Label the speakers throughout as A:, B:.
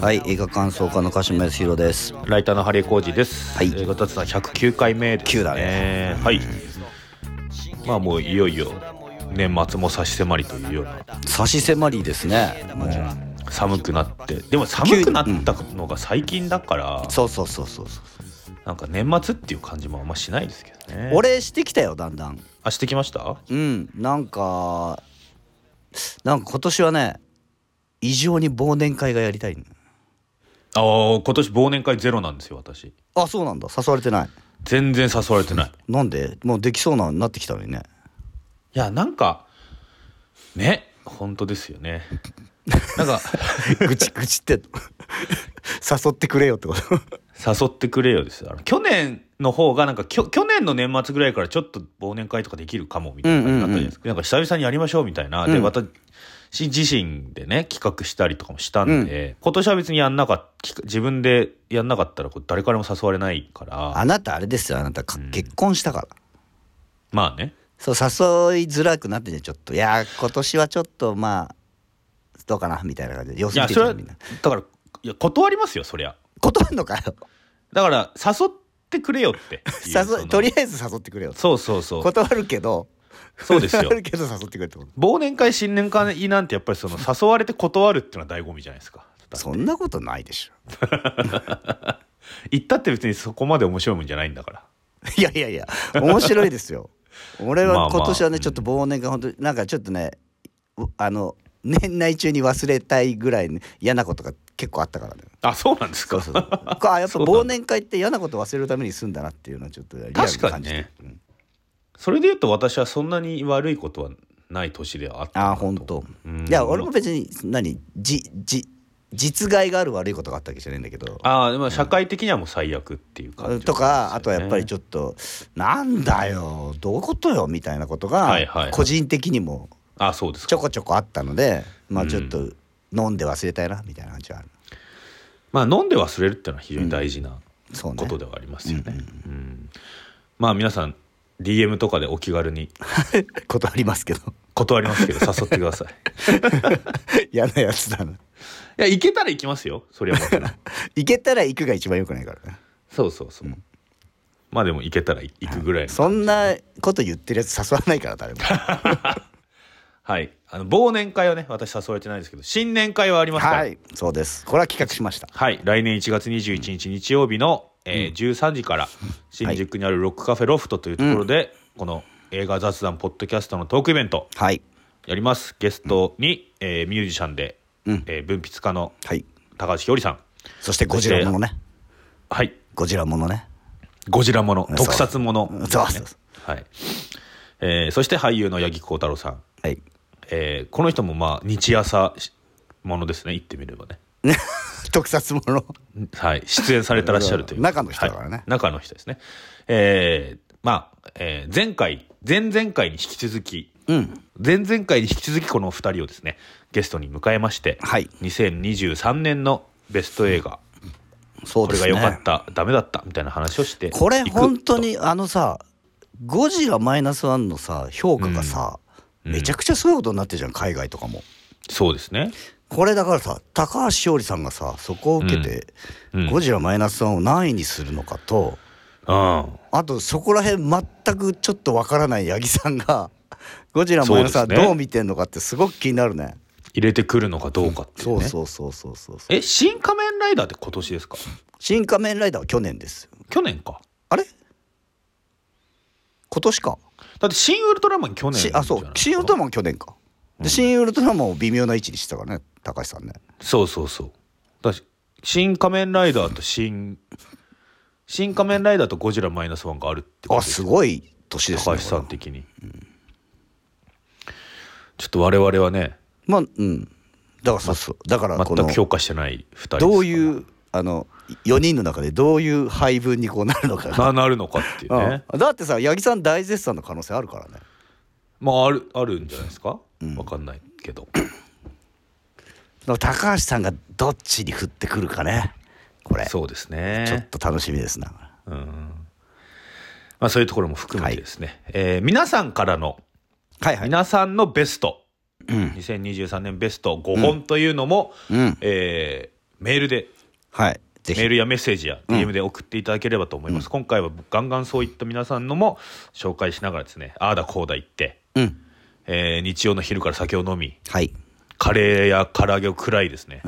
A: はい、映画感想家の鹿島康弘です。
B: ライターのハリエコージです。
A: はい
B: 映画雑談109回目です、
A: 9だね
B: はい。まあもういよいよ年末も差し迫りというような、
A: 差し迫りですね。もう
B: 寒くなって、でも寒くなったのが最近だから、
A: そうそうそうそうそう。
B: なんか年末っていう感じもあんましないですけどね。
A: 俺してきたよ、だんだん。
B: あしてきました？
A: うん、なんか。なんか今年はね。異常に忘年会がやりたいの。
B: ああ今年忘年会ゼロなんですよ私。
A: あ、そうなんだ。誘われてない。
B: 全然誘われてない。
A: なんで、もうできそうな、なってきたのにね。
B: いやなんかね本当ですよね。なんか。
A: ぐちぐちって んの。誘ってくれよってこと。
B: 誘ってくれよですあの去年の方がなんかきょ去年の年末ぐらいからちょっと忘年会とかできるかもみたいな感じだったじゃないですか、なんか久々にやりましょうみたいな、で私自身でね企画したりとかもしたんで、今年は別にやんなかった自分でやんなかったらこう誰からも誘われないから
A: あなたあれですよ。あなたか、結婚したから。
B: まあね
A: そう誘いづらくなってねちょっといやー今年はちょっとまあどうかなみたいな感じで様子
B: い
A: 見
B: や
A: て
B: それ
A: る
B: は
A: みんな
B: だからいや断りますよそりゃ
A: 断んのかよ
B: だから誘ってくれよ っていうそ
A: 誘
B: の
A: いとりあえず誘ってくれよ
B: そうそうそう
A: 断るけど
B: そうですよ
A: 断るけど誘ってくれってこと
B: 忘年会新年会なんてやっぱりその誘われて断るっていうのは醍醐味じゃないですか
A: そんなことないでしょ
B: 行ったって別にそこまで面白いもんじゃないんだから
A: いやいやいや面白いですよ俺
B: まあま
A: は
B: あ
A: 今年はね、
B: うん
A: ちょっと忘年会本当になんかちょっとねうあの年内中に忘れたいぐらいね嫌なことが結構あったから ね
B: あそうなんですか
A: そうそうそうこうあやっぱ忘年会って嫌なこと忘れるために済んだなっていうのはちょっとリアルに感じて
B: 確かにね
A: うん
B: それで言うと私はそんなに悪いことはない年ではあった
A: ああ本当
B: うん
A: いや俺も別に何じじ実害がある悪いことがあったわけじゃないんだけど
B: ああでも社会的にはもう最悪っていう感じ、
A: とかあとはやっぱり
B: ょ
A: ちょっとなんだよどういうことよみたいなこと
B: は
A: が
B: いはいはい
A: 個人的にも
B: っとあそうです
A: ちょ
B: か
A: こちょこあったのでまあ
B: うん
A: ちょっと飲んで忘れたいなみたいな感じはある
B: まあ飲んで忘れるっていうのは非常に大事な
A: そうね
B: ことではありますよねうんまあ皆さん DM とかでお気軽に
A: 断りますけど
B: 断りますけど誘ってくださ いい
A: 嫌なやつだな
B: や行けたら行きますよそれはもちろん
A: 行けたら行くが一番よくないからね
B: そうそうそう、まあでも行けたら行くぐらいの
A: そんなこと言ってるやつ誘わないから 誰も
B: はい。あの、忘年会はね、私誘われてないですけど、新年会はありますから。
A: は
B: はい。
A: いそうですこれは企画しました
B: 来年1月21日日曜日の、えー13時から、新宿にあるロックカフェロフトというところで、この映画雑談ポッドキャストのトークイベント
A: はい
B: やります。ゲストに、えーミュージシャンで、
A: うん
B: えー文筆家の
A: はい
B: 高橋ひよりさん。
A: そしてゴジラものね
B: はい。
A: ゴジラものね
B: ゴジラもの
A: う、ん
B: 特撮もの、
A: そうそうそう
B: はい。えーそして俳優の八木幸太郎さん。
A: はい
B: えーこの人もまあ、日朝ものですね。言ってみればね。
A: ね特撮もの
B: はい、出演されてらっしゃるとい う。
A: 中の人だからね
B: はい中の人ですね。えー、まあ、えー前回、前々回に引き続き、
A: うん
B: 前々回に引き続きこの二人をですね、ゲストに迎えまして、
A: はい
B: 2023年のベスト映画、
A: そう
B: こ
A: で
B: れ
A: す
B: が
A: ね
B: 良かった、ダメだった、みたいな話をしていく。
A: これ本当
B: と。
A: にあのさゴジラマイナスワンのさ評価がさ、
B: うん
A: めちゃくちゃすごいことになってるじゃん海外とかも
B: そうですね。
A: これだからさ高橋しおりさんがさそこを受けて、
B: うんうん
A: ゴジラマイナスワンを何位にするのかと
B: うん。
A: あとそこら辺全くちょっとわからない八木さんが ゴジラマイナスワン
B: そうですね
A: どう見てんのかってすごく気になるね
B: 入れてくるのかどうかっていう、
A: そ
B: ね。
A: うそうそうそうそうそう
B: え、新仮面ライダーって今年ですか
A: 新仮面ライダーは去年ですよ
B: 去年か。
A: あれ今年か
B: だって新ウルトラマン去年
A: しあそう新ウルトラマン去年か、で新ウルトラマンを微妙な位置にしてたからね高橋さんね
B: そうそうそう。だし新仮面ライダーと新、新仮面ライダーとゴジラマイナスワンがあるってこと
A: あ
B: ですす
A: ごい年です
B: 高
A: ね
B: 橋さ
A: これ
B: ん
A: は
B: 的に。ちょっと我々はね、
A: まあうんだからそうそうだからこ
B: 全
A: の
B: く評価してない2人ですから
A: どういうあの4人の中でどういう配分にこうなるのか
B: ななるのかっていう
A: が、
B: ね。
A: うんだってさ八木さん大絶賛の可能性あるからね
B: まあ、ある、あるんじゃないですかわかんないけど。
A: だから高橋さんがどっちに振ってくるかねこれちょ
B: そうです
A: っ
B: ね。
A: と楽しみですな
B: うん。まあ、そういうところも含めてですね。えー皆さんからの
A: はいはい
B: 皆さんのベスト、
A: うん
B: 2023年ベスト5本というのも、
A: うん
B: えーメールで
A: はいぜ
B: メー
A: ひ
B: ルやメッセージや
A: うん
B: DM で送っていただければと思います、今回はガンガンそういった皆さんのも紹介しながらですねああだこうだ言って、
A: うん
B: えー日曜の昼から酒を飲み
A: はい
B: カレーや唐揚げを食らいですね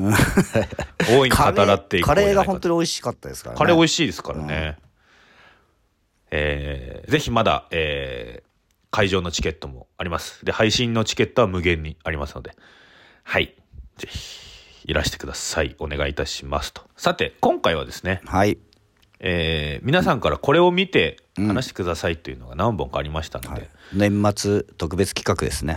B: 大いに語らっていこ
A: カレーカ
B: う
A: レーが
B: じゃないか
A: 本当に美味しかったですからね
B: カレー美味
A: しい
B: しいですからね、えーぜひまだ、えー会場のチケットもありますで配信のチケットは無限にありますのではいぜひいらしてくださいお願いいたしますとさて今回はですね
A: はい
B: えー皆さんからこれを見て話してくださいというのが何本かありましたので、はい
A: 年末特別企画ですね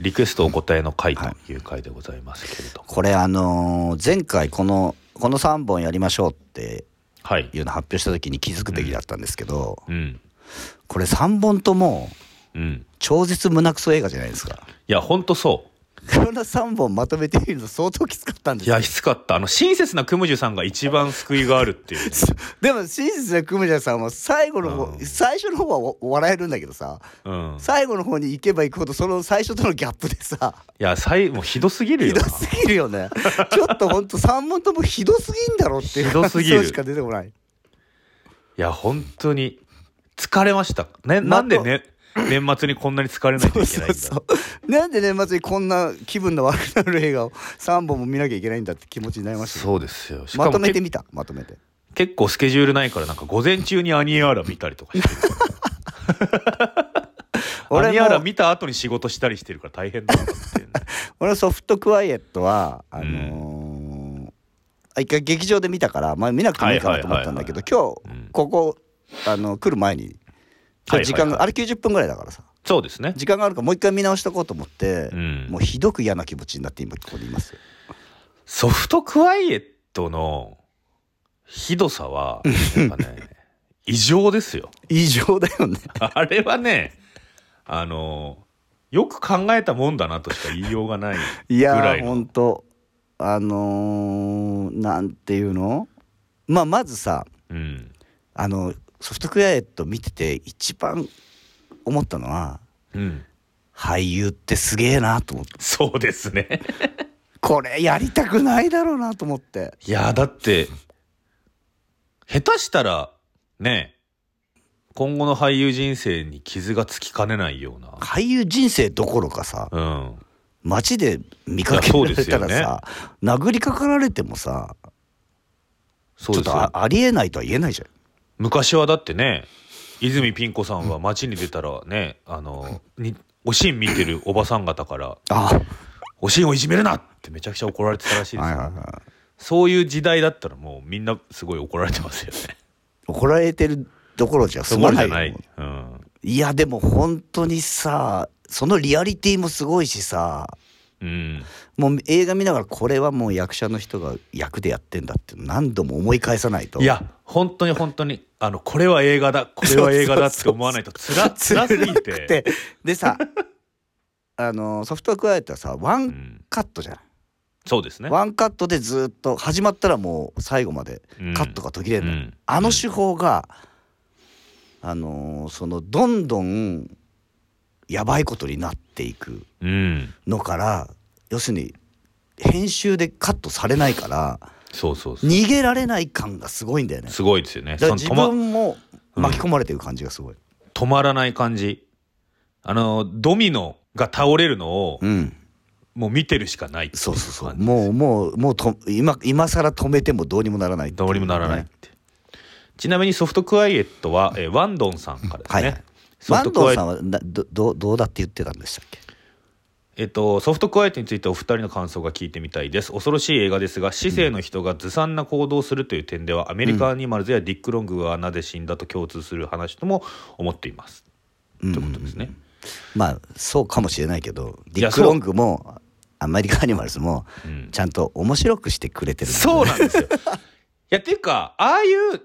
B: リクエストお答えの回という回でございますけれども、
A: これあのー前回このこの3本やりましょうって
B: はい
A: いうの発表した時に気づくべきだったんですけど、
B: うん
A: これ3本とも
B: うん、
A: 超絶胸クソ映画じゃないですか
B: いやほんとそ
A: この3本まとめてみるの相当きつかったんで
B: う
A: す
B: い
A: よ
B: やきつかったあの親切なクムジュさんが一番救いがあるって いうね、
A: でも真実な久米田さんは最後の方、
B: うん
A: 最初の方はお笑えるんだけどさ
B: うん、
A: 最後の方に行けば行くほどその最初とのギャップでさ
B: いやさいもうひどすぎ
A: ひ
B: るよ
A: ど
B: な
A: すぎるよねちょっとほんと3問ともひどすぎんだろっていう
B: ひどすぎる
A: 感想しか出てこない
B: いや本当に疲れました、ね、なんでね年末にこんなに疲れないといけないんだ
A: そうそうなんで年末にこんな気分の悪くなる映画を3本も見なきゃいけないんだって気持ちになりましたよ
B: そうですよしか
A: ま
B: も
A: とめて
B: け
A: みたまとめて
B: 結構スケジュールないからなんか午前中にアニエアーラ見たりとかして俺アニ
A: 俺
B: アラ
A: も
B: 見た後に仕事したりしてるから大変だなっていうね
A: 俺のソフトクワイエットはあのーあ一回劇場で見たから、まあ、見なくてもいいかなと思ったんだけど
B: はい
A: 今
B: いはいうん
A: 日ここあの来る前に
B: はいはいはい
A: 時間があれ90分ぐらいだからさ
B: そうですね
A: 時間があるからもう一回見直しとこうと思って、
B: うん
A: もうひどく嫌な気持ちになって今ここにいますよ
B: ソフトクワイエットのひどさはやっぱね 異常ですよ
A: 異常だよね
B: あれはねあのよく考えたもんだなとしか言いようがない
A: い
B: ぐ
A: や
B: らい
A: ー
B: の
A: ほんとあのーなんていうのまあまずさ
B: うん
A: あのソフトクワイエット見てて一番思ったのは
B: うん
A: 俳優ってすげえなと思って
B: そうですね
A: これやりたくないだろうなと思って
B: いやだって下手したらね今後の俳優人生に傷がつきかねないような
A: 俳優人生どころかさ
B: うん
A: 街で見かけ
B: いやそう
A: ら
B: で
A: れ
B: す
A: た
B: よ
A: ら
B: ね
A: さ、殴りかかられてもさ
B: そ
A: ち
B: う
A: ょっ
B: です
A: と
B: よ
A: あありえないとは言えないじゃん
B: 昔はだってね泉ピン子さんは街に出たらねあのにおしん見てるおばさん方から
A: あ
B: 「おしんをいじめるな!」ってめちゃくちゃ怒られてたらしいです
A: はい
B: よ、
A: はいはい
B: そういう時代だったらもうみんなすごい怒られてますよ ね
A: 怒られてるどころじゃ済
B: そこ
A: ま
B: じ
A: な
B: ゃ
A: い
B: ない、うん
A: いやでも本当にさそのリアリティもすごいしさ
B: うん、
A: もう映画見ながらこれはもう役者の人が役でやってんだって何度も思い返さないと
B: いや本当に本当にあのこれは映画だこれは映画だって思わ ないとつらつらすぎ
A: 辛
B: て
A: くてでさあのソフトクワイエットはさワ
B: う
A: ン
B: ん、
A: カットじゃない、
B: そうですね
A: ワンカットでずっと始まったらもう最後まで
B: うん
A: カットが途切れない、
B: うん
A: あの手法が、あのーそのどんどんやばいことになっていく
B: うん
A: のから要するに編集でカットされないから
B: そうそうそう
A: 逃げられない感がすごいんだよね
B: すごいですよね
A: だから自
B: その止ま
A: 分も巻き込まれてる感じがすごい、
B: 止まらない感じあのドミノが倒れるのを
A: うん、
B: もう見てるしかないってい
A: そうそうそう
B: 感じ
A: もうもうもうと今今更止めてもどうにもならないってい
B: どうにもならないってちなみにソフトクワイエットは、えーワンドンさんからです
A: はい
B: ね、
A: はい
B: ソ
A: 坂
B: フ
A: 東
B: トクワイエ
A: さんはなどどどうだって言ってたんでしたっけ
B: えっと、ソフトクワイエットについてお二人の感想が聞いてみたいです恐ろしい映画ですが市政の人がずさんな行動をするという点では、アメリカアニマルズやディック・ロングが穴で死んだと共通する話とも思っています、
A: うん
B: ということですね
A: まあそうかもしれないけど
B: い
A: ディ
B: や
A: ック・ロングもアメリカ・アニマルズも
B: うん
A: ちゃんと面白くしてくれてるんだよね
B: そうなんですよ。い やっていうかああいう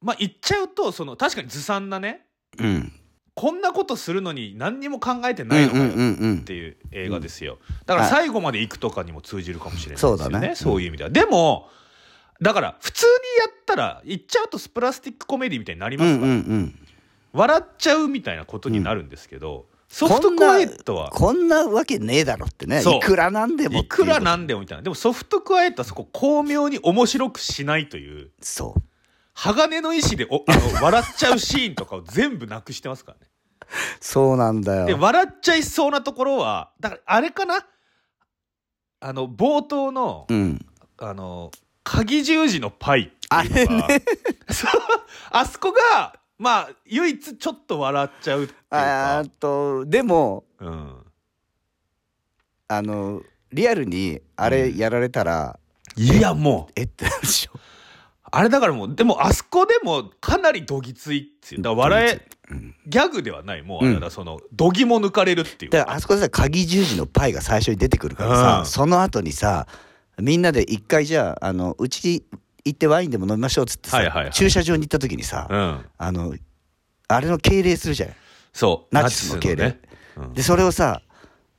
B: まあ言っちゃうとその確かにずさんなね
A: うん
B: こんなことするのに何にも考えて
A: う
B: なんいうのかよ
A: んうんう
B: っ
A: ん
B: ていう映画ですよ、だから最後まで行くとかにも通じるかもしれないです
A: そ
B: よ
A: う
B: ね
A: だ
B: そう
A: ね
B: いう意味では、でもだから普通にやったら言っちゃうとスプラスティックコメディみたいになり
A: う
B: ます
A: んう
B: から、
A: んうん
B: 笑っちゃうみたいなことになるんですけど、ソフトクワイエットは
A: こんなわけねえだろってね
B: そう
A: いくらなんでもってい
B: い
A: うこと
B: くらなんでもみたいなでもソフトクワイエットはそこ巧妙に面白くしないという
A: そう
B: 鋼の意志でお あの笑っちゃうシーンとかを全部なくしてますからね
A: そうなんだ
B: で
A: よ
B: 笑っちゃいそうなところはだからあれかなあの冒頭の
A: うん
B: あの鍵十字のパイっていうか
A: あれね
B: そうあそこがまあ唯一ちょっと笑っちゃうっていう
A: あ
B: か
A: ーっとでも
B: うん
A: あのリアルにあれやられたら、
B: いやもう
A: えってなるでしょ
B: あれだからもうでもあそこでもかなりどぎついっすよだから笑え
A: うん
B: ギャグではないもうあれだ、そのどぎも抜かれるっていう
A: だからあそこでさ鍵十字のパイが最初に出てくるからさ、
B: うん
A: その後にさみんなで一回じゃああのうち行ってワインでも飲みましょうっつってさ、
B: はいはいはい
A: 駐車場に行った時にさ、
B: うん
A: あのあれの敬礼するじゃない
B: そう
A: ナチスの敬礼
B: ナチスのねうん
A: でそれをさ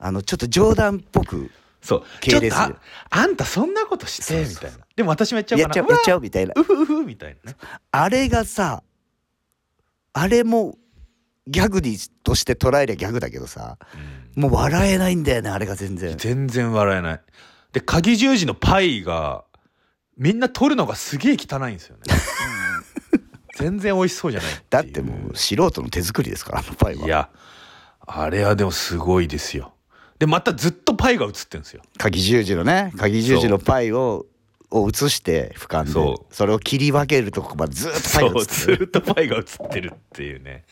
A: あのちょっと冗談っぽく
B: そうち
A: 敬
B: ょっ
A: 礼
B: と
A: する
B: ああんたそんなことしてみたいなでも私もやっちゃう
A: や
B: か
A: っ
B: な
A: ちゃうやっちゃ
B: うわ
A: うみたいな
B: うふうふみたいなね
A: あれがさあれもギャグにとして捉えりゃギャグだけどさもう笑えないんだよねあれが全然
B: 全然笑えないで鍵十字のパイがみんな取るのがすげえ汚いんで すよね全然美味しそうじゃないいう
A: だってもう素人の手作りですからあのパイ
B: い
A: は
B: やあれはでもすごいですよでまたずっとパイが映ってるんですよ
A: 鍵十字のね鍵十字のパイをを映して俯瞰で
B: そ
A: そうれを切り分けるとこまでずっとパイ
B: そ
A: が映
B: う
A: って
B: ず
A: る
B: っとパイが映ってるっていうね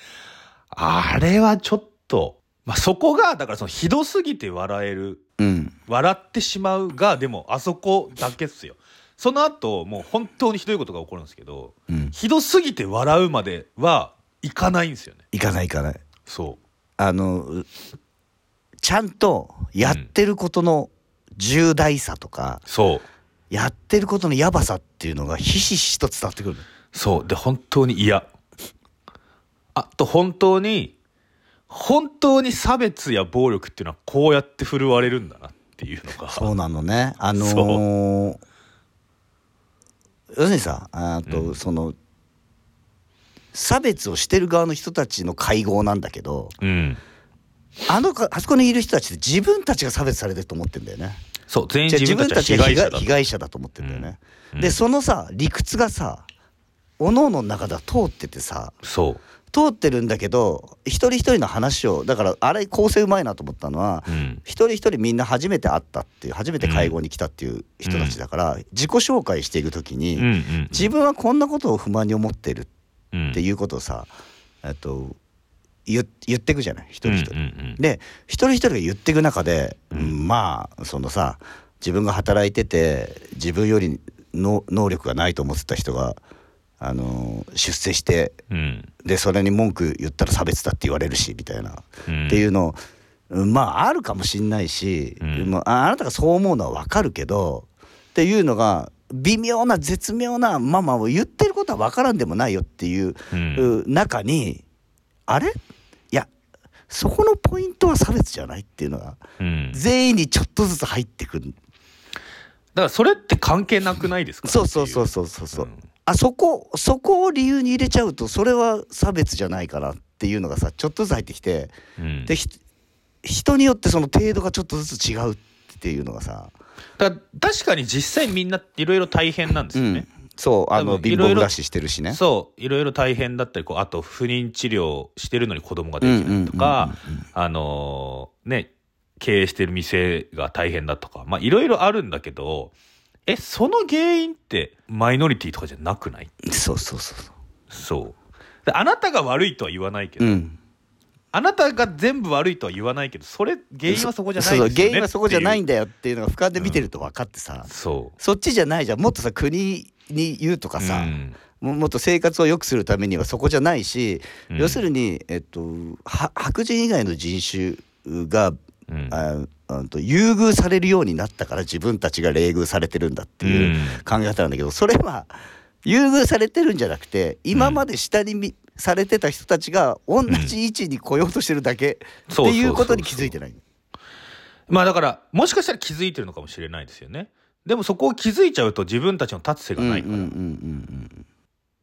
B: あれはちょっと、まあ、そこがだからそのひどすぎて笑える
A: うん
B: 笑ってしまうがでもあそこだけっすよその後もう本当にひどいことが起こるんですけど
A: うん
B: ひどすぎて笑うまではいかないんですよね
A: いかないいかない
B: そう
A: あのうちゃんとやってることの重大さとか、
B: そう
A: やってることのやばさっていうのがひしひしと伝わってくる
B: そうで本当に嫌あと本当に本当に差別や暴力っていうのはこうやって振るわれるんだなっていうのが
A: そうなのねあのー要するにさあーと、
B: うん
A: その差別をしてる側の人たちの会合なんだけど
B: うん
A: あのかあそこにいる人たちって自分たちが差別されてると思ってんだよね
B: そう全員
A: じゃあ
B: 自
A: 自
B: 分
A: 分
B: た
A: た
B: ち
A: ち
B: は
A: が
B: 被
A: 被
B: 害者
A: 害
B: だ
A: 被害者だと思ってんだよね、
B: うんうん
A: でそのさ理屈がさおのおのの中では通っててさ
B: そう
A: 通ってるんだけど一人一人の話をだからあれ構成うまいなと思ったのは、
B: うん
A: 一人一人みんな初めて会ったっていう初めて会合に来たっていう人たちだから、自己紹介していくときに、
B: うんうん
A: 自分はこんなことを不満に思ってる
B: うん
A: っていうことをさ、えっと言言ってくじゃない一人一人。
B: うんうん
A: で一人一人が言ってく中で、
B: うん
A: うんまあそのさ自分が働いてて自分よりの能力がないと思ってた人が、あの出世して
B: うんうん
A: でそれに文句言ったら差別だって言われるしみたいな。
B: うん
A: っていうの、うんまああるかもしんないし、
B: うん
A: まああなたがそう思うのはわかるけどっていうのが微妙な絶妙なまあまあ言ってることはわからんでもないよっていう、
B: うん
A: う中にあれいやそこのポイントは差別じゃないっていうのが
B: うんだ
A: 全員にちょっとずつ入ってくる
B: からそれって関係なくないですか
A: そうそうそう
B: ってい
A: そうそうそう、
B: ん
A: あそこそこを理由に入れちゃうとそれは差別じゃないからっていうのがさちょっとずつ入ってきて。
B: うん
A: でひ人によってその程度がちょっとずつ違うっていうのがさ、
B: だから確かに実際みんないろいろ大変なんですよね
A: そうあの
B: 多分
A: 貧
B: いろいろ
A: 乏暮らししてるしね
B: そういろいろ大変だったりこうあと不妊治療してるのに子供ができないとかあのーね経営してる店が大変だとかまあいろいろあるんだけどえその原因ってマイノリティとかじゃなくない
A: そうそうそうそ
B: そうであなたが悪いとは言わないけ
A: う、
B: ど、
A: うん、
B: あなたが全部悪いとは言わないけどそれ原因はそこじゃないです
A: そ
B: よ
A: うそう
B: ね
A: 原因はそこじゃない
B: っ
A: んだよっていうのが俯瞰で見てると分かってさ、
B: ていうそ
A: そっちじゃないじゃんもっとさ国に言うとか
B: う
A: さ
B: う、ん
A: ももっと生活を良くするためにはそこじゃないし、
B: うん
A: 要するに、えっと、は白人以外の人種が、
B: うん
A: ああと優遇されるようになったから自分たちが冷遇されてるんだっていう考え方なんだけどそれは優遇されてるんじゃなくて今まで下にみ、されてた人たちが同じ位置に来ようとしてるだけっ
B: そ
A: て
B: うそうそうそう
A: いうことに気づいてない。
B: まあだからもしかしたら気づいてるのかもしれないですよねでもそこを気づいちゃうと自分たちの立つ瀬が
A: うんうん
B: な
A: う
B: い
A: ん
B: から、
A: うんうん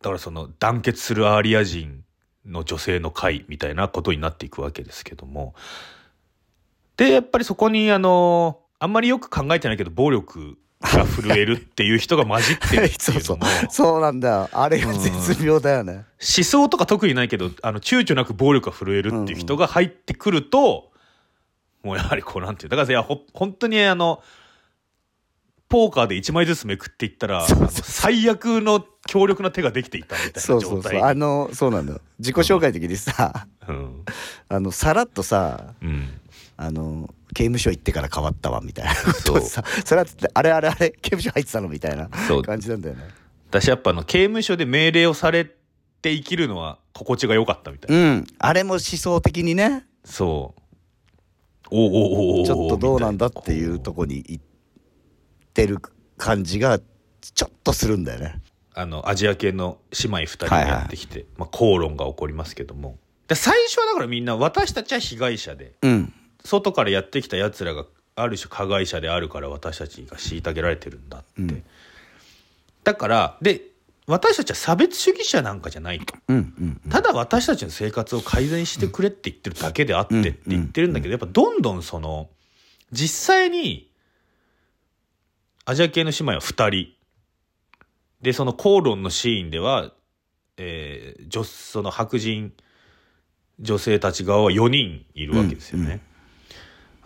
B: だからその団結するアーリア人の女性の会みたいなことになっていくわけですけどもでやっぱりそこにあのあんまりよく考えてないけど暴力が震えるっていう人が混じってるって
A: そ
B: いうう
A: そ
B: の
A: う
B: も
A: そうなんだよあれが絶妙だよね、
B: 思想とか特にないけどあの躊躇なく暴力が震えるっていう人が入ってくると、もうやはりこうなんていうだからいやほ本当にあのポーカーで1枚ずつめくっていったらあの最悪の強力な手ができていたみたい
A: そ
B: な
A: うそ
B: 状
A: うそ
B: 態
A: うあのそうなんだよ自己紹介の時にさ、
B: うん
A: あのさらっとさ
B: うん
A: あの刑務所行ってから変わったわみたいなことをさ それはつってあれあれあれ刑務所入ってたのみたいな
B: そう
A: 感じなんだよね
B: 私やっぱあの刑務所で命令をされて生きるのは心地が良かったみたい
A: う
B: な、
A: んあれも思想的にね
B: そうおうおうおうおうお
A: ちょっとどうなんだっていうと
B: こ
A: こに行ってる感じがちょっとするんだよね
B: あのアジア系の姉妹2人が
A: はいはい
B: やってきて、まあ、口論が起こりますけどもで最初はだからみんな私たちは被害者で
A: うん
B: 外からやってきたやつらがある種加害者であるから私たちが虐げられてるんだって、
A: うん
B: だからで私たちは差別主義者なんかじゃないと
A: うんうん
B: ただ私たちの生活を改善してくれって言ってるだけであってって言ってるんだけど、やっぱどんどんその、実際に、アジア系の姉妹は2人。で、その口論のシーンでは、えー、女、その白人女性たち側は4人いるわけですよね。
A: うんうん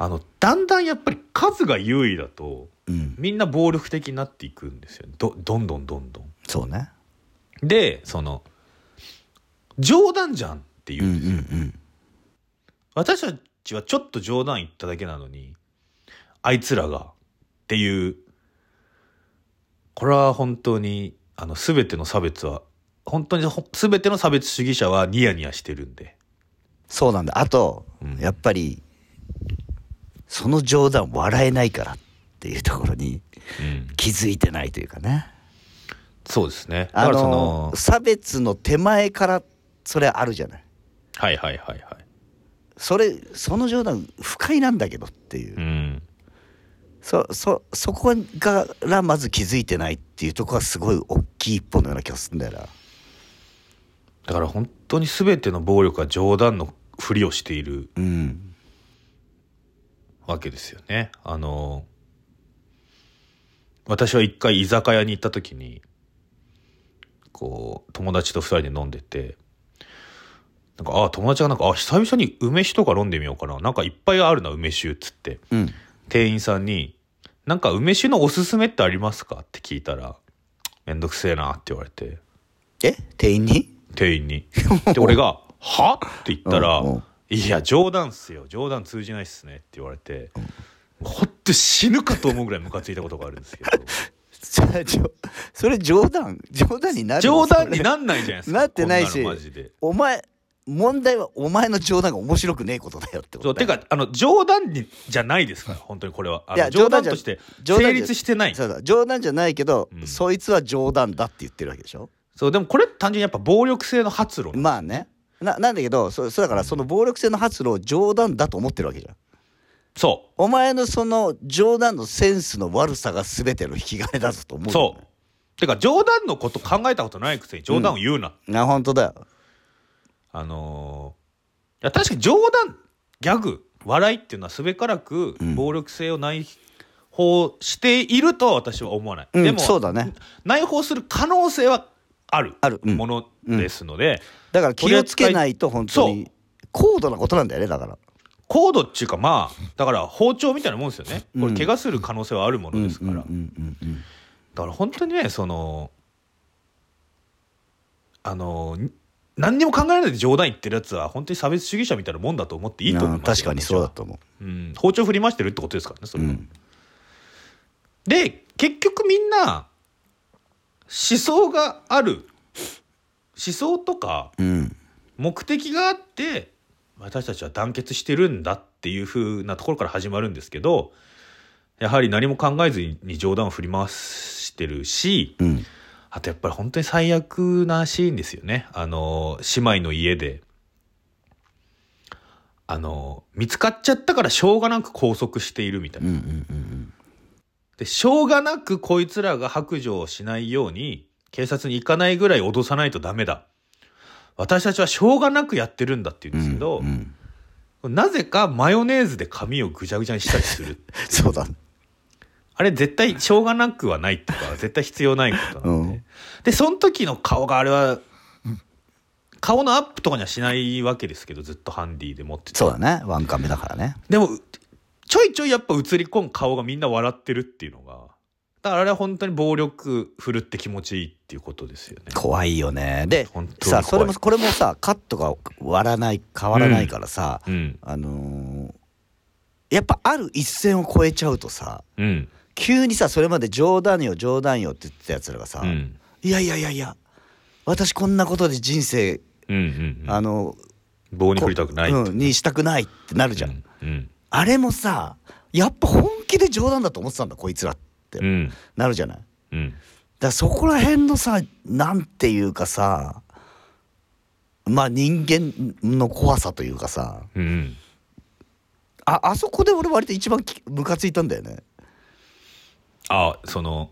B: あの、だんだんやっぱり数が優位だと、
A: うん
B: みんな暴力的になっていくんですよね。ど、どんどんどんどん。
A: そうね
B: でその冗談じゃんっていう、
A: うんうん
B: 私たちはちょっと冗談言っただけなのにあいつらがっていうこれは本当にあの全ての差別は本当にほ全ての差別主義者はニヤニヤしてるんで
A: そうなんだあと、
B: うん
A: やっぱりその冗談笑えないからっていうところに
B: うん
A: 気づいてないというかね
B: そうですねだ
A: あ
B: からそ
A: の
B: の
A: 差別の手前からそれあるじゃない
B: はいはいはいはい
A: それその冗談不快なんだけどっていう、
B: うん
A: そそそこからまず気づいてないっていうところはすごい大きい一本のような気がするんだよな
B: だから本当に全ての暴力は冗談のふりをしている
A: うん
B: わけですよね。あの、私は一回居酒屋に行った時に、こう、友達と二人で飲んでて、なんか、あ友達がなんか、あ、久々に梅酒とか飲んでみようかな。なんかいっぱいあるな、梅酒っつって。
A: うん
B: 店員さんに、なんか梅酒のおすすめってありますかって聞いたら、めんどくせえなって言われて、
A: え店員に
B: 店員に。で、俺が、はって言ったら
A: うんうん、
B: いや、冗談っすよ。冗談通じないっすね。って言われて、ほって死ぬかと思うぐらいムカついたことがあるんで すけど、
A: じゃあじょそれ冗談冗談になる
B: 冗談に
A: それ
B: なんないじゃないですか。
A: なってないし
B: こんのマジで。
A: お前問題はお前の冗談が面白くねえことだよってこ
B: そう
A: とだ
B: て
A: よ
B: かあの冗談にじゃないですから本当にこれはあの
A: いや
B: 冗
A: 冗談
B: 談
A: じゃ
B: として
A: 冗談じゃ
B: 成立してない
A: そうだ冗談じゃないけど、
B: うん
A: そいつは冗談だって言ってるわけでしょ
B: そうでもこれ単純にやっぱ暴力性の発露、
A: まあねななんだけどそそうだからその暴力性の発露を冗談だと思ってるわけじゃん
B: そ
A: お前のその冗談のセンスの悪さが全ての引き金だぞと思う
B: う
A: よ
B: そうてか冗談のこと考えたことないくせに冗談を言うな、
A: な本当だよ
B: あのーいや確かに冗談ギャグ笑いっていうのはすべからく
A: うん
B: 暴力性を内包しているとは私は思わない、
A: うん
B: でも
A: そうだね
B: 内包する可能性はある
A: あるうん
B: ものですので、
A: だから気をつけないと本当に高度なことなんだよねだから
B: 高度っていうかまあだから包丁みたいなもんですよね
A: う
B: これ
A: ん
B: 怪我する可能性はあるものですから、
A: うんうんうんうん
B: だから本当にねそのあのーに何にも考えられないで冗談言ってるやつは本当に差別主義者みたいなもんだと思っていいと思い
A: うん
B: ま
A: 確
B: すよ
A: かにそうだと思、
B: うん、包丁振り回してるってことですからねそうれ
A: う
B: は
A: ん、
B: で結局みんな思想がある思想とか
A: うん、
B: 目的があって私たちは団結してるんだっていう風なところから始まるんですけどやはり何も考えずに冗談を振り回してるし
A: うん、
B: あとやっぱり本当に最悪なシーンですよねあの姉妹の家であの見つかっちゃったからしょうがなく拘束しているみたいな
A: うん、う。ん、うん、
B: で、しょうがなくこいつらが白状をしないように、警察に行かないぐらい脅さないとダメだ。私たちはしょうがなくやってるんだって言うんですけど、
A: うんうん
B: なぜかマヨネーズで髪をぐちゃぐちゃにしたりする
A: そうだ
B: あれ絶対しょうがなくはないっていうか絶対必要ないことなんで、
A: うん
B: でその時の顔があれは顔のアップとかにはしないわけですけどずっとハンディで持ってて
A: そうだねワンカメだからね
B: でもうちょいちょいやっぱ映り込む顔がみんな笑ってるっていうのがだからあれは本当に暴力振るって気持ちいいっていうことですよね
A: 怖いよねで
B: 本当に怖
A: さ
B: い
A: それもこれもさカットが割らない変わらないからさ、
B: うん
A: あのーやっぱある一線を越えちゃうとさ
B: うん
A: 急にさそれまで冗談よ冗談よって言ってたやつらがさ、
B: うん
A: いやいやいやいや私こんなことで人生、
B: うんうんうん
A: あの
B: 棒に振りたくない
A: うん、にしたくないってなるじゃん、
B: うん
A: あれもさやっぱ本気で冗談だと思ってたんだこいつらって、
B: うん
A: なるじゃないだか
B: うん
A: らそこら辺のさなんていうかさまあ人間の怖さというかさ
B: うんうん
A: ああそこで俺割と一番きムカついたんだよね
B: あその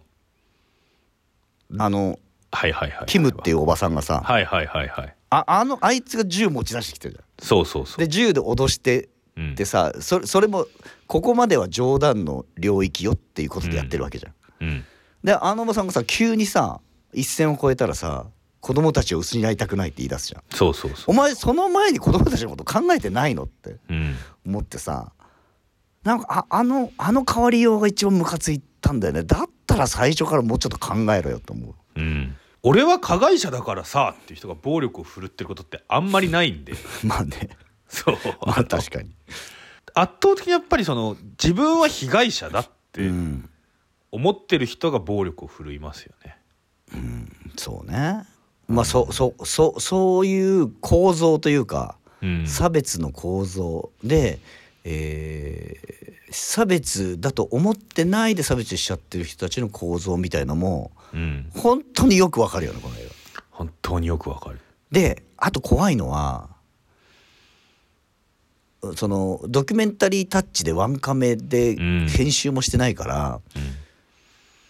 A: あの
B: はいはいはい
A: キムっていうおばさんがさ
B: はいはいはいはい
A: ああのあいつが銃持ち出してきてるじゃん
B: そうそうそう
A: で銃で脅して
B: うん
A: でさそそれもここまでは冗談の領域よっていうことでやってるわけじゃん。
B: うん
A: であのおばさんがさ急にさ一線を越えたらさ子供たちを失いたくないって言い出すじゃん。
B: そうそうそ
A: お前その前に子供たちのこと考えてないのって
B: ううん
A: 思ってさなんかああのあの変わりようが一番ムカついたんだよねだったら最初からもうちょっと考えろよと思う
B: うん俺は加害者だからさっていう人が暴力を振るってることってあんまりないんで
A: まあね
B: そう
A: まあ確かに、
B: 圧倒的にやっぱりその自分は被害者だっ
A: う
B: て
A: ん、
B: 思ってる人が暴力を振るいますよね。
A: そうねまあそそそそういう構造というか
B: うん
A: 差別の構造で、えー差別だと思ってないで差別しちゃってる人たちの構造みたいのも
B: うん、
A: 本当によくわかるよねこの映画。
B: 本当によくわかる。
A: であと怖いのはそのドキュメンタリータッチでワンカメで
B: うん
A: 編集もしてないから、
B: う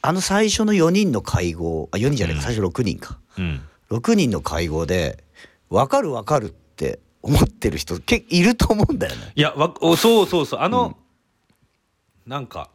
A: あの最初の4人の会合あ4人じゃないか、
B: うん
A: 最初6人か
B: んうん
A: 6人の会合で分かる分かるって思ってる人けいると思うんだよね。
B: いやわおそうそうそうあの、なんか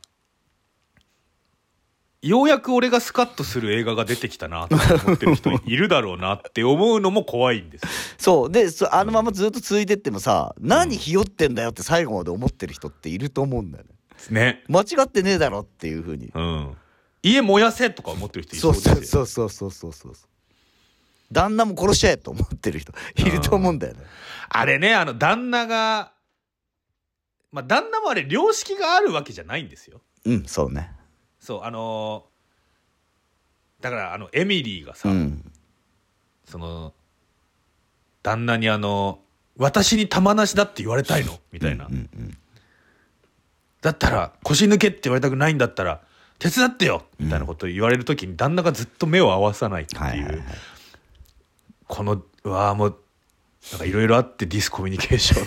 B: ようやく俺がスカッとする映画が出てきたなって思ってる人いるだろうなって思うのも怖いんですよ。
A: そうでそあのままずっと続いてってもさ、何ひよってんだよって最後まで思ってる人っていると思うんだよね
B: ね。
A: 間違ってねえだろっていうふうに、
B: うん、家燃やせとか思ってる人い
A: そ
B: そう
A: う
B: です
A: そ
B: よ
A: うそうそうそうそうそう旦那も殺しちゃえと思ってる人いると思うんだよね
B: あれね、あの、旦那が、まあ、旦那もあれ、良識があるわけじゃないんですよ。
A: うんそうね
B: そう、あのーだから、あの、エミリーがさ、
A: うん
B: その、旦那にあの、私に玉なしだって言われたいのみたい な。
A: うんうん
B: だったら、腰抜けって言われたくないんだったら、手伝ってよみたいなことを言われるときに、旦那がずっと目を合わさないっていう、
A: はいはいはい
B: この、うわあもう、なんかいろいろあってディスコミュニケー ション、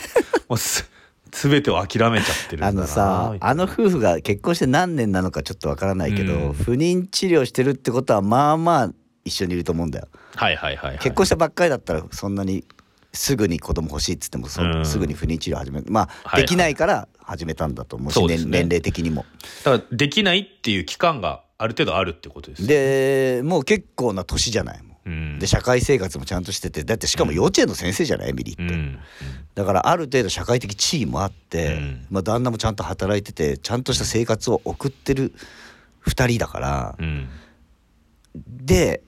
B: もうす、すべてを諦めちゃってるんだな
A: あのさ
B: みたいな
A: あの夫婦が結婚して何年なのかちょっとわからないけど、
B: うん
A: 不妊治療してるってことはまあまあ一緒にいると思うんだよ
B: はいはいはい、はい、
A: 結婚したばっかりだったらそんなにすぐに子供欲しいっつってもそ、
B: うん
A: すぐに不妊治療始めるまあ
B: はい
A: できないから始めたんだと思うし、
B: そうです
A: 年
B: ね
A: 年齢的にも。
B: だからできないっていう期間がある程度あるってことですね
A: でもう結構な年じゃないも
B: うん
A: ん。で社会生活もちゃんとしててだってしかも幼稚園の先生じゃないエミリー
B: う
A: って、
B: ん
A: だからある程度社会的地位もあって、
B: うん
A: まあ、旦那もちゃんと働いててちゃんとした生活を送ってる2人だから
B: う、ん
A: で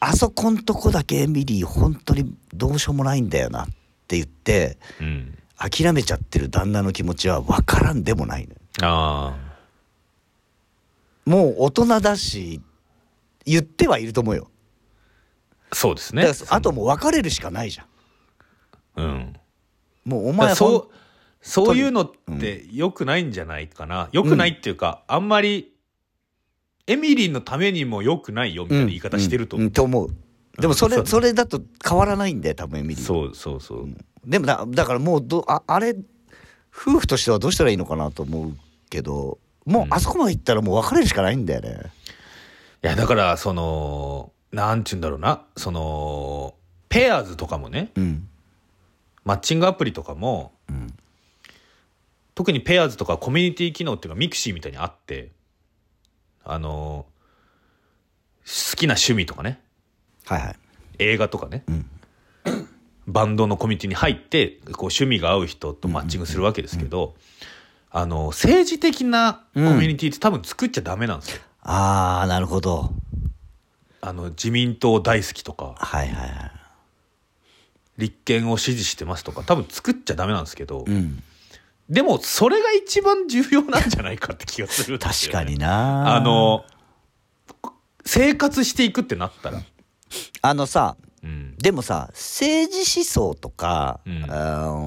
A: あそこんとこだけエミリー本当にどうしようもないんだよなって言って。
B: うん
A: 諦めちゃってる旦那の気持ちは分からんでもないのよ
B: あ
A: もう大人だし言ってはいると思うよ、
B: あそうです
A: だ
B: ね
A: からそあともう別れるしかないじゃん
B: うん
A: もうお
B: だか
A: 前
B: ら
A: は
B: そう
A: 当に
B: そういうのって良くないんじゃないかな良くないっていうか、あんまりエミリーのためにも良くないよみたいな言い方してると思う、
A: んんと思うでもそれ、
B: そう
A: それだと変わらないんだよ多分エミリー
B: そうそうそう、
A: でもだだからもうどああれ夫婦としてはどうしたらいいのかなと思うけどもうあそこまで行ったらもう別れるしかないんだよね、
B: いや、だから、その、なんて言うんだろうな、その、ペアーズとかもね、
A: うん
B: マッチングアプリとかも、
A: うん
B: 特にペアーズとかコミュニティ機能っていうかミクシーみたいにあって、あのー好きな趣味とかね、
A: はいはい
B: 映画とかね、
A: ん
B: バンドのコミュニティに入って、こう趣味が合う人とマッチングするわけですけど、あのー政治的なコミュニティって多分作っちゃダメなんですよ。
A: ああなるほど
B: あの、自民党大好きとか。
A: はいはいはい
B: 立憲を支持してますとか多分作っちゃダメなんですけど、
A: うん
B: でもそれが一番重要なんじゃないかって気がするんです
A: 確
B: よ
A: か
B: ね、
A: にな
B: あの生活していくってなったら、
A: あのさ
B: うん
A: でもさ政治思想とか、
B: う
A: う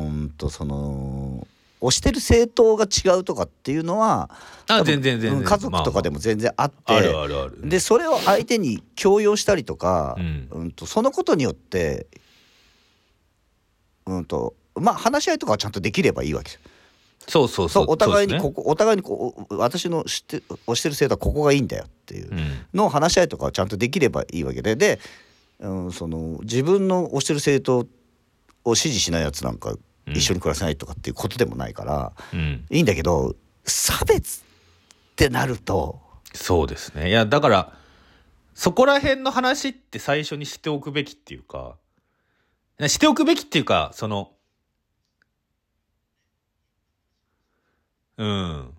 A: んん、んとその推してる政党が違うとかっていうのは
B: あ
A: 多分
B: 全然全然
A: うん家族とかでも全然あって、
B: あるあるある
A: でそれを相手に強要したりとか、
B: う
A: うんんとそのことによって、うんとまあ、話し合いとかはちゃんとできればいいわけです
B: そうそう
A: そ
B: そ
A: ううお互いに
B: そ
A: こ
B: う
A: こ、お互いにこうお私の知って推してる政党はここがいいんだよっていう。
B: ですね
A: の話し合いとかはちゃんとできればいいわけでで、うん、その自分の推してる政党を支持しないやつなんか
B: うん
A: 一緒に暮らせないとかっていうことでもないから、
B: うん、うん、
A: いいんだけど差別ってなると
B: そうですねいやだからそこら辺の話って最初にしておくべきっていうかしておくべきっていうかそのうん。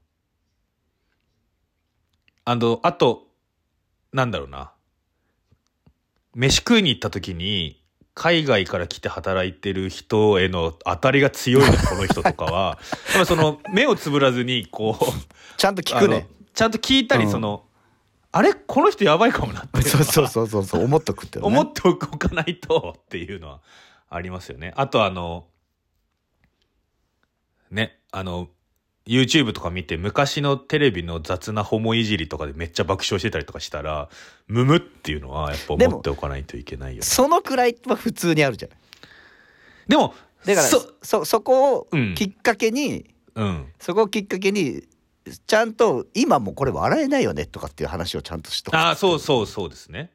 B: あの、あと、なんだろうな。飯食いに行った時に、海外から来て働いてる人への当たりが強いな、この人とかは。 やっぱその、目をつぶらずに、こう、
A: ちゃんと聞くね。
B: あのちゃんと聞いたり、
A: うん
B: その、あれこの人やばいかもなって。
A: そうそうそうそうそう思っとくっていうのね
B: 思っておかないとっていうのはありますよね。あとあの、ね、あの、YouTube とか見て昔のテレビの雑なホモいじりとかでめっちゃ爆笑してたりとかしたら、ムムっていうのはやっぱ
A: でも
B: 思っておかないといけないよね。
A: そのくらいは普通にあるじゃない。
B: でも、
A: だから
B: そ
A: そ、そそこを
B: うん
A: きっかけに、
B: うん。
A: そこをきっかけにちゃんと今もうこれ笑えないよねとかっていう話をちゃんとしとく
B: ああ、そうそうそうですね。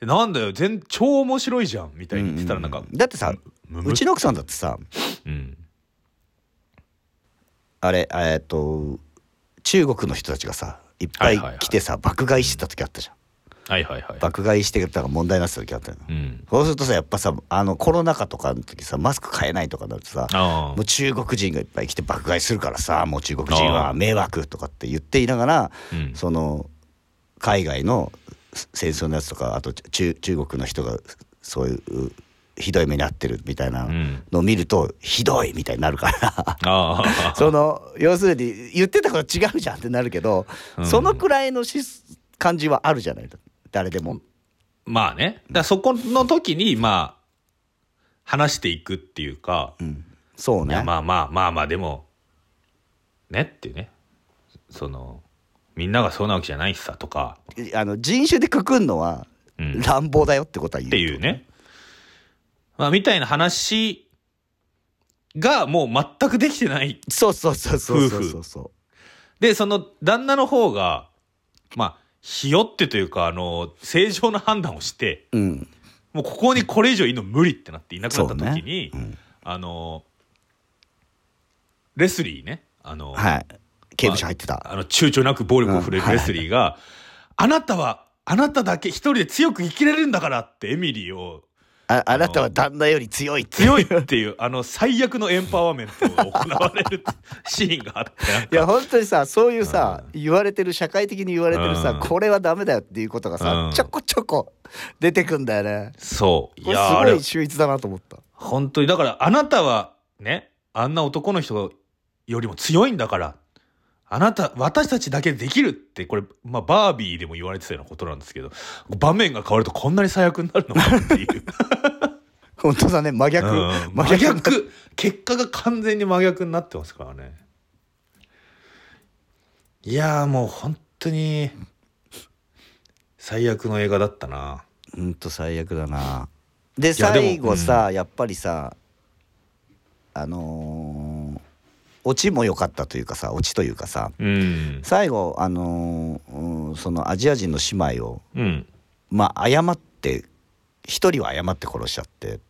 B: なんだよ、全、超面白いじゃんみたいに言ってたらなんか、
A: ううだってさ
B: ムム
A: うちの奥さんだってさ
B: うん。
A: あれえーっと中国の人たちがさいっぱい
B: はいはいはい
A: 来てさ、爆買いしてた時あったじゃん、
B: はいはいはい。
A: 爆買いしてたら問題になってた時あったよ、
B: うん。
A: そうするとさやっぱさあのコロナ禍とかの時さマスク買えないとかになるとさ
B: あ
A: もう中国人がいっぱい来て爆買いするからさもう中国人
B: あー
A: は迷惑とかって言っていながら
B: あ。うん。
A: その海外の戦争のやつとかあと中中国の人がそういうひどい目に遭ってるみたいな
B: うん。
A: のを見るとひどいみたいになるから。
B: ああ。
A: その要するに言ってたこと違うじゃんってなるけど、
B: うん
A: そのくらいのし感じはあるじゃない誰でも。
B: まあね。だからそこの時に、まあ、話していくっていうか、
A: うん、そう
B: いや
A: ね。
B: まあまあまあまあ、でも、ねっていうね。その、みんながそうなわけじゃないしさとか、
A: あの人種でくくんのは
B: うん、っ
A: 乱暴だよってことは言う。
B: ていう。ね。まあ、みたいな話がもう全くできてない。
A: そうそうそうそうそうそうそう。
B: で、その旦那の方が、まあ、ひよってというか、あの、正常な判断をして、
A: うん。
B: もうここにこれ以上いるの無理ってなっていなくなった時に、
A: そうねうん
B: あのレスリーねあの、
A: はい。刑務所入ってた。
B: あの躊躇なく暴力を振る
A: う
B: うんレスリーが、あなたはあなただけ一人で強く生きれるんだからってエミリーを
A: ああなたは旦那より強いって。
B: 強いっ ていうあの最悪のエンパワーメントが行われるシーンがあってなん
A: い
B: か
A: や本当にさそういうさ言われてる社会的に言われてるさ
B: うん
A: これはダメだよっていうことが
B: う
A: さ
B: ん
A: ちょこちょこ出てくんだよね。
B: そう
A: これす
B: あ
A: ご
B: れ
A: い秀逸だなと思った。
B: 本当にだからあなたはねあんな男の人よりも強いんだからあなた私たちだけでできるってこれ、まあ、バービーでも言われてたようなことなんですけど場面が変わるとこんなに最悪になるのかって いう、
A: 本当だね真
B: う
A: 逆
B: ん
A: 真
B: 真
A: 逆
B: 逆結果が完全に真逆になってますからねいやーもう本当に最悪の映画だったな
A: うんと最悪だなで
B: やでも
A: 最後さやっぱりさあのーオチも良かったというかさオチというかさ
B: うん
A: 最後あのーうんそのアジア人の姉妹を
B: うん
A: まあ謝って一人は誤って殺しちゃって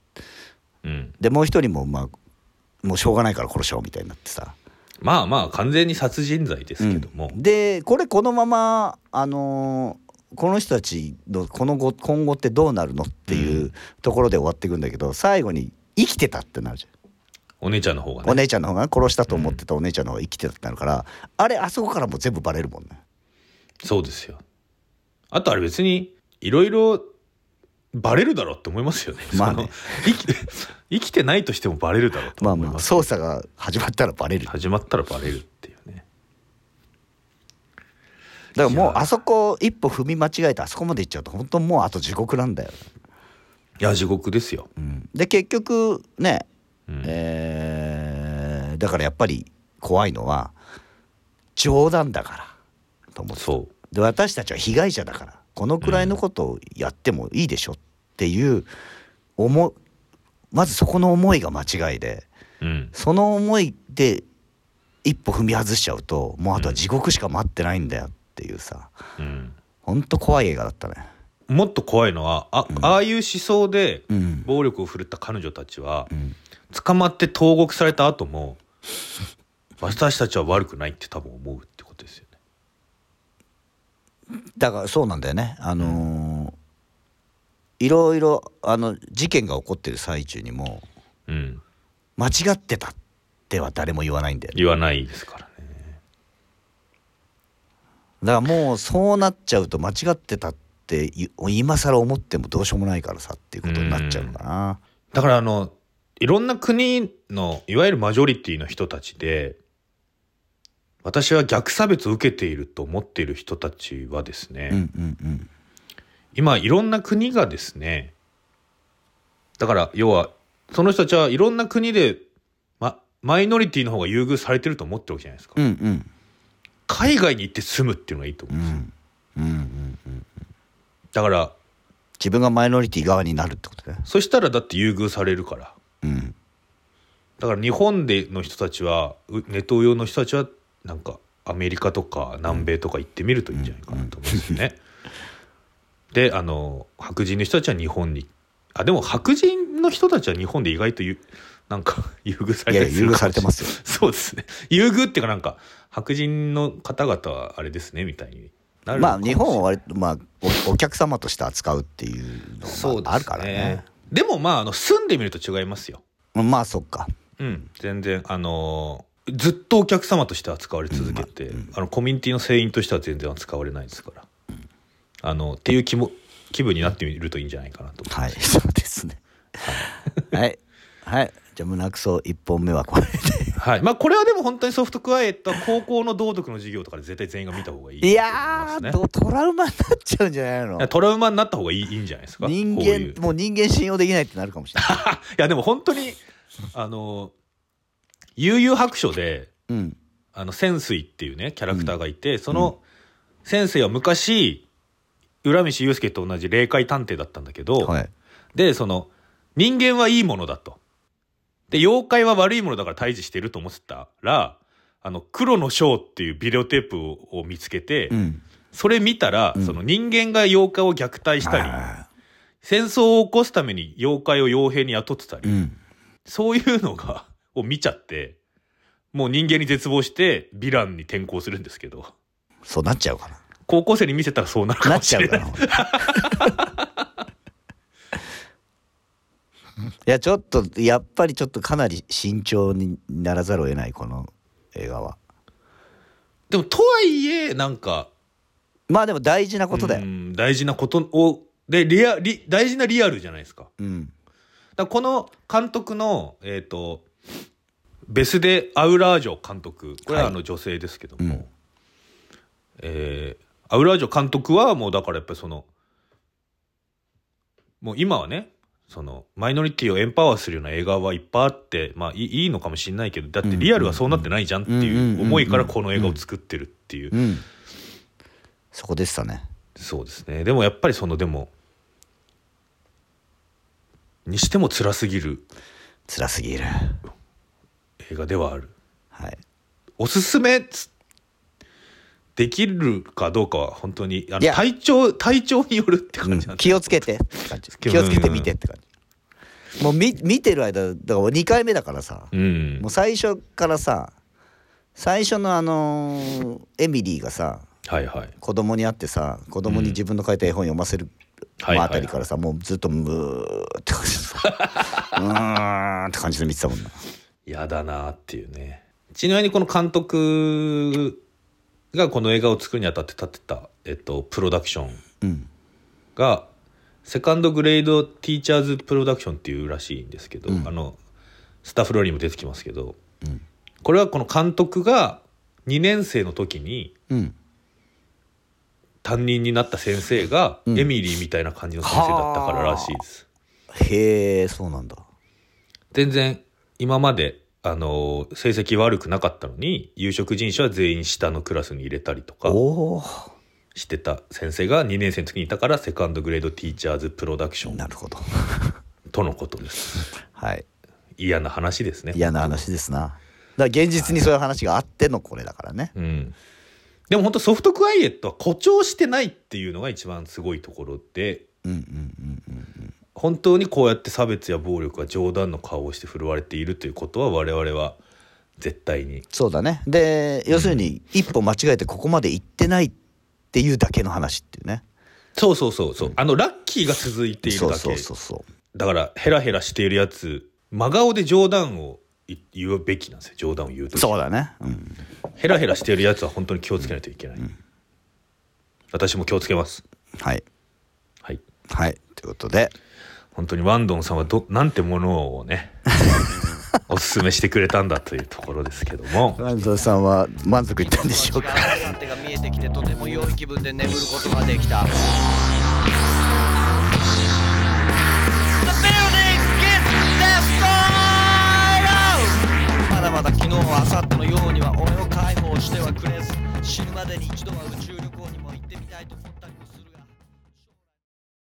B: うん、
A: でもう一人もまあもうしょうがないから殺しようみたいになってさ、
B: まあまあ完全に殺人罪ですけども、
A: うんでこれこのままあのーこの人たちのこの後今後ってどうなるのっていうところで終わっていくんだけど最後に生きてたってなるじゃん
B: お姉ちゃんの方が
A: お
B: ね
A: 姉ちゃんの方が殺したと思ってたお姉ちゃんの方が生きてたってなるから、あれあそこからもう全部バレるもんね
B: そうですよあとあれ別にいろいろバレるだろうって思いますよね,、
A: まあね
B: その生き 生きてないとしてもバレるだろうと
A: まあ
B: 思い
A: まあ
B: ます、
A: 捜査が始まったらバレるだか
B: 始まったらバレるっていうね
A: らもう
B: いや
A: あそこ一歩踏み間違えてあそこまで行っちゃうと本当もうあと地獄なんだよ、
B: いや地獄ですよ、
A: うん、で結局ね
B: うん
A: えーだからやっぱり怖いのは冗談だからと思ってた
B: そう
A: で私たちは被害者だからこのくらいのことをやってもいいでしょっていう思うまずそこの思いが間違いで
B: うん、
A: その思いで一歩踏み外しちゃうともうあとは地獄しか待ってないんだよっていうさ
B: うん、
A: ほんと怖い映画だったね。
B: もっと怖いのはあ,、ああいう思想で
A: うん
B: 暴力を振るった彼女たちは
A: うん
B: 捕まって投獄された後 も私たちは悪くないって多分思うってことですよね。
A: だからそうなんだよねあのーいろいろあの事件が起こってる最中にも
B: うん、
A: 間違ってたっては誰も言わないんだよね
B: 言わないですからね。
A: だからもうそうなっちゃうと間違ってたってい今更思ってもどうしようもないからさっていうことになっちゃうのかな
B: だからあのいろんな国のいわゆるマジョリティの人たちで私は逆差別を受けていると思っている人たちはですね、
A: うんうんうん
B: 今いろんな国がですねだから要はその人たちはいろんな国で、ま、マイノリティの方が優遇されてると思ってるわけじゃないですか、
A: うんうん
B: 海外に行って住むっていうのがいいと思
A: う
B: うんですよ、
A: んうんうん
B: だから
A: 自分がマイノリティ側になるってことね
B: そしたらだって優遇されるから
A: うん
B: だから日本での人たちはうネトウヨの人たちはなんかアメリカとか南米とか行ってみるといいんじゃないかなと思うんですよね。であの白人の人たちは日本にあでも白人の人たちは日本で意外とゆなんか 優遇さ
A: い
B: れ
A: や
B: た
A: いや
B: りす
A: 優
B: る
A: 遇
B: か
A: さ
B: も
A: れ
B: してれない
A: ますよ
B: そうですね優遇っていうかなんか白人の方々はあれですねみたいになるの
A: ま
B: か
A: あ
B: もしれ
A: 日
B: ない
A: 本は割とまあおお客様として扱うっていう
B: そ
A: の
B: うです
A: があるからね
B: でもまああの住んでみると違いますよ
A: まあそっか
B: うん、全然あのーずっとお客様として扱われ続けて、あのコミュニティの船員としては全然扱われないですから、あのっていう気も気分になってみるといいんじゃないかなと思います
A: はいそうですねはいはいじゃあ胸くそ1本目はこれで
B: はいまあ、これはでも本当にソフトクワイエットは高校の道徳の授業とかで絶対全員が見た方がいいと思
A: い
B: ま
A: や
B: すね
A: ーとトラウマになっちゃうんじゃないの
B: いやトラウマになった方がいいいいんじゃないですか
A: 人
B: こう
A: 間
B: いう
A: もう人間信用できないってなるかもしれない
B: あいやでも本当にあのー悠々白書で
A: うん
B: あの潜水っていうねキャラクターがいて、その潜水は昔浦西祐介と同じ霊界探偵だったんだけど、
A: はい
B: でその人間はいいものだとで妖怪は悪いものだから退治してると思ってたらあの黒のショーっていうビデオテープをを見つけて、
A: うん
B: それ見たら、
A: うん
B: その人間が妖怪を虐待したり、
A: は
B: 戦争を起こすために妖怪を傭兵に雇ってたり
A: い、うん
B: そういうのが、 を見ちゃって、もう人間に絶望して、ヴィランに転向するんですけど、
A: そうなっちゃうかな
B: 高校生に見せたらそうなるか
A: な
B: も
A: っち
B: し
A: ゃう
B: れ
A: か
B: ない。
A: ないやちょっとやっぱりちょっとかなり慎重にならざるを得ないこの映画は
B: でも、とはいえ、なんか、
A: まあでも大事なことだ
B: う
A: よ
B: ん大事なことを、で、リア、リ、大事なリアルじゃないですか。
A: うん
B: だからこの監督の、えっ、と、ベスデ・アウラージョ監督、これはあの女性ですけども、
A: うん
B: えーアウラージョ監督はもうだからやっぱりその、もう今はね、そのマイノリティをエンパワーするような映画はいっぱいあって、まあいいいいのかもしれないけど、だってリアルはそうなってないじゃんっていう思いからこの映画を作ってるっていう
A: う。んそこでしたね
B: そうですね。でもやっぱりその、でも、にしても辛すぎる
A: 辛すぎる
B: 映画ではある。
A: はい
B: おすすめっつできるかどうかは本当に、あの
A: いや
B: 体調、体調によるって感じなんで
A: 気をつけてって感じ気をつけて見てって感じもう見見てる間だから2回目だからさ、
B: うん
A: もう。最初からさ最初のあのーエミリーがさ
B: はいはい。
A: 子供に会ってさ子供に自分の書いた絵本読ませる、
B: はいはい
A: あたりからさもうずっとムーって感じで さうーんって感じで見てたもんな
B: 嫌だなっていうね。ちなみにこの監督がこの映画を作るにあたって立てた、えっと、プロダクション
A: うん
B: が、セカンドグレードティーチャーズプロダクションっていうらしいんですけど、あの、スタッフローにも出てきますけど、
A: うん
B: これはこの監督が2年生の時に
A: うん
B: 担任になった先生が、エミリーみたいな感じの先生だったかららしいです。
A: へえそうなんだ
B: 全然今まで、あのー成績悪くなかったのに有色人種は全員下のクラスに入れたりとか
A: おお
B: してた先生が2年生の時にいたからセカンドグレードティーチャーズプロダクション
A: なるほど
B: とのことです
A: はい
B: 嫌な話ですね
A: 嫌な話ですなだから現実にそういう話があってのこれだからね
B: うんでも本当ソフトクワイエットは誇張してないっていうのが一番すごいところで
A: うんうんうんうん
B: 本当にこうやって差別や暴力が冗談の顔をして振るわれているということは我々は絶対に
A: そうだねで要するに一歩間違えてここまで行ってないっていうだけの話っていうね
B: そうそうそうそうあのラッキーが続いているだけ
A: そうそうそうそう
B: だからヘラヘラしているやつ真顔で冗談をい言うべきなんですよ冗談を言うとき
A: そうだねうん
B: ヘラヘラしているやつは本当に気をつけないといけない、私も気をつけます
A: はい
B: はい
A: はいということで
B: 本当にワンドンさんはどなんてものをねおすすめしてくれたんだというところですけども
A: 安藤さんは満足いったんでしょうか
C: なんてが見えてきてとても良い気分で眠ることができた The building gets destroyed まだまだ昨日は明後日のようには俺を解放してはくれず死ぬまでに一度は宇宙旅行にも行ってみたいと思ったり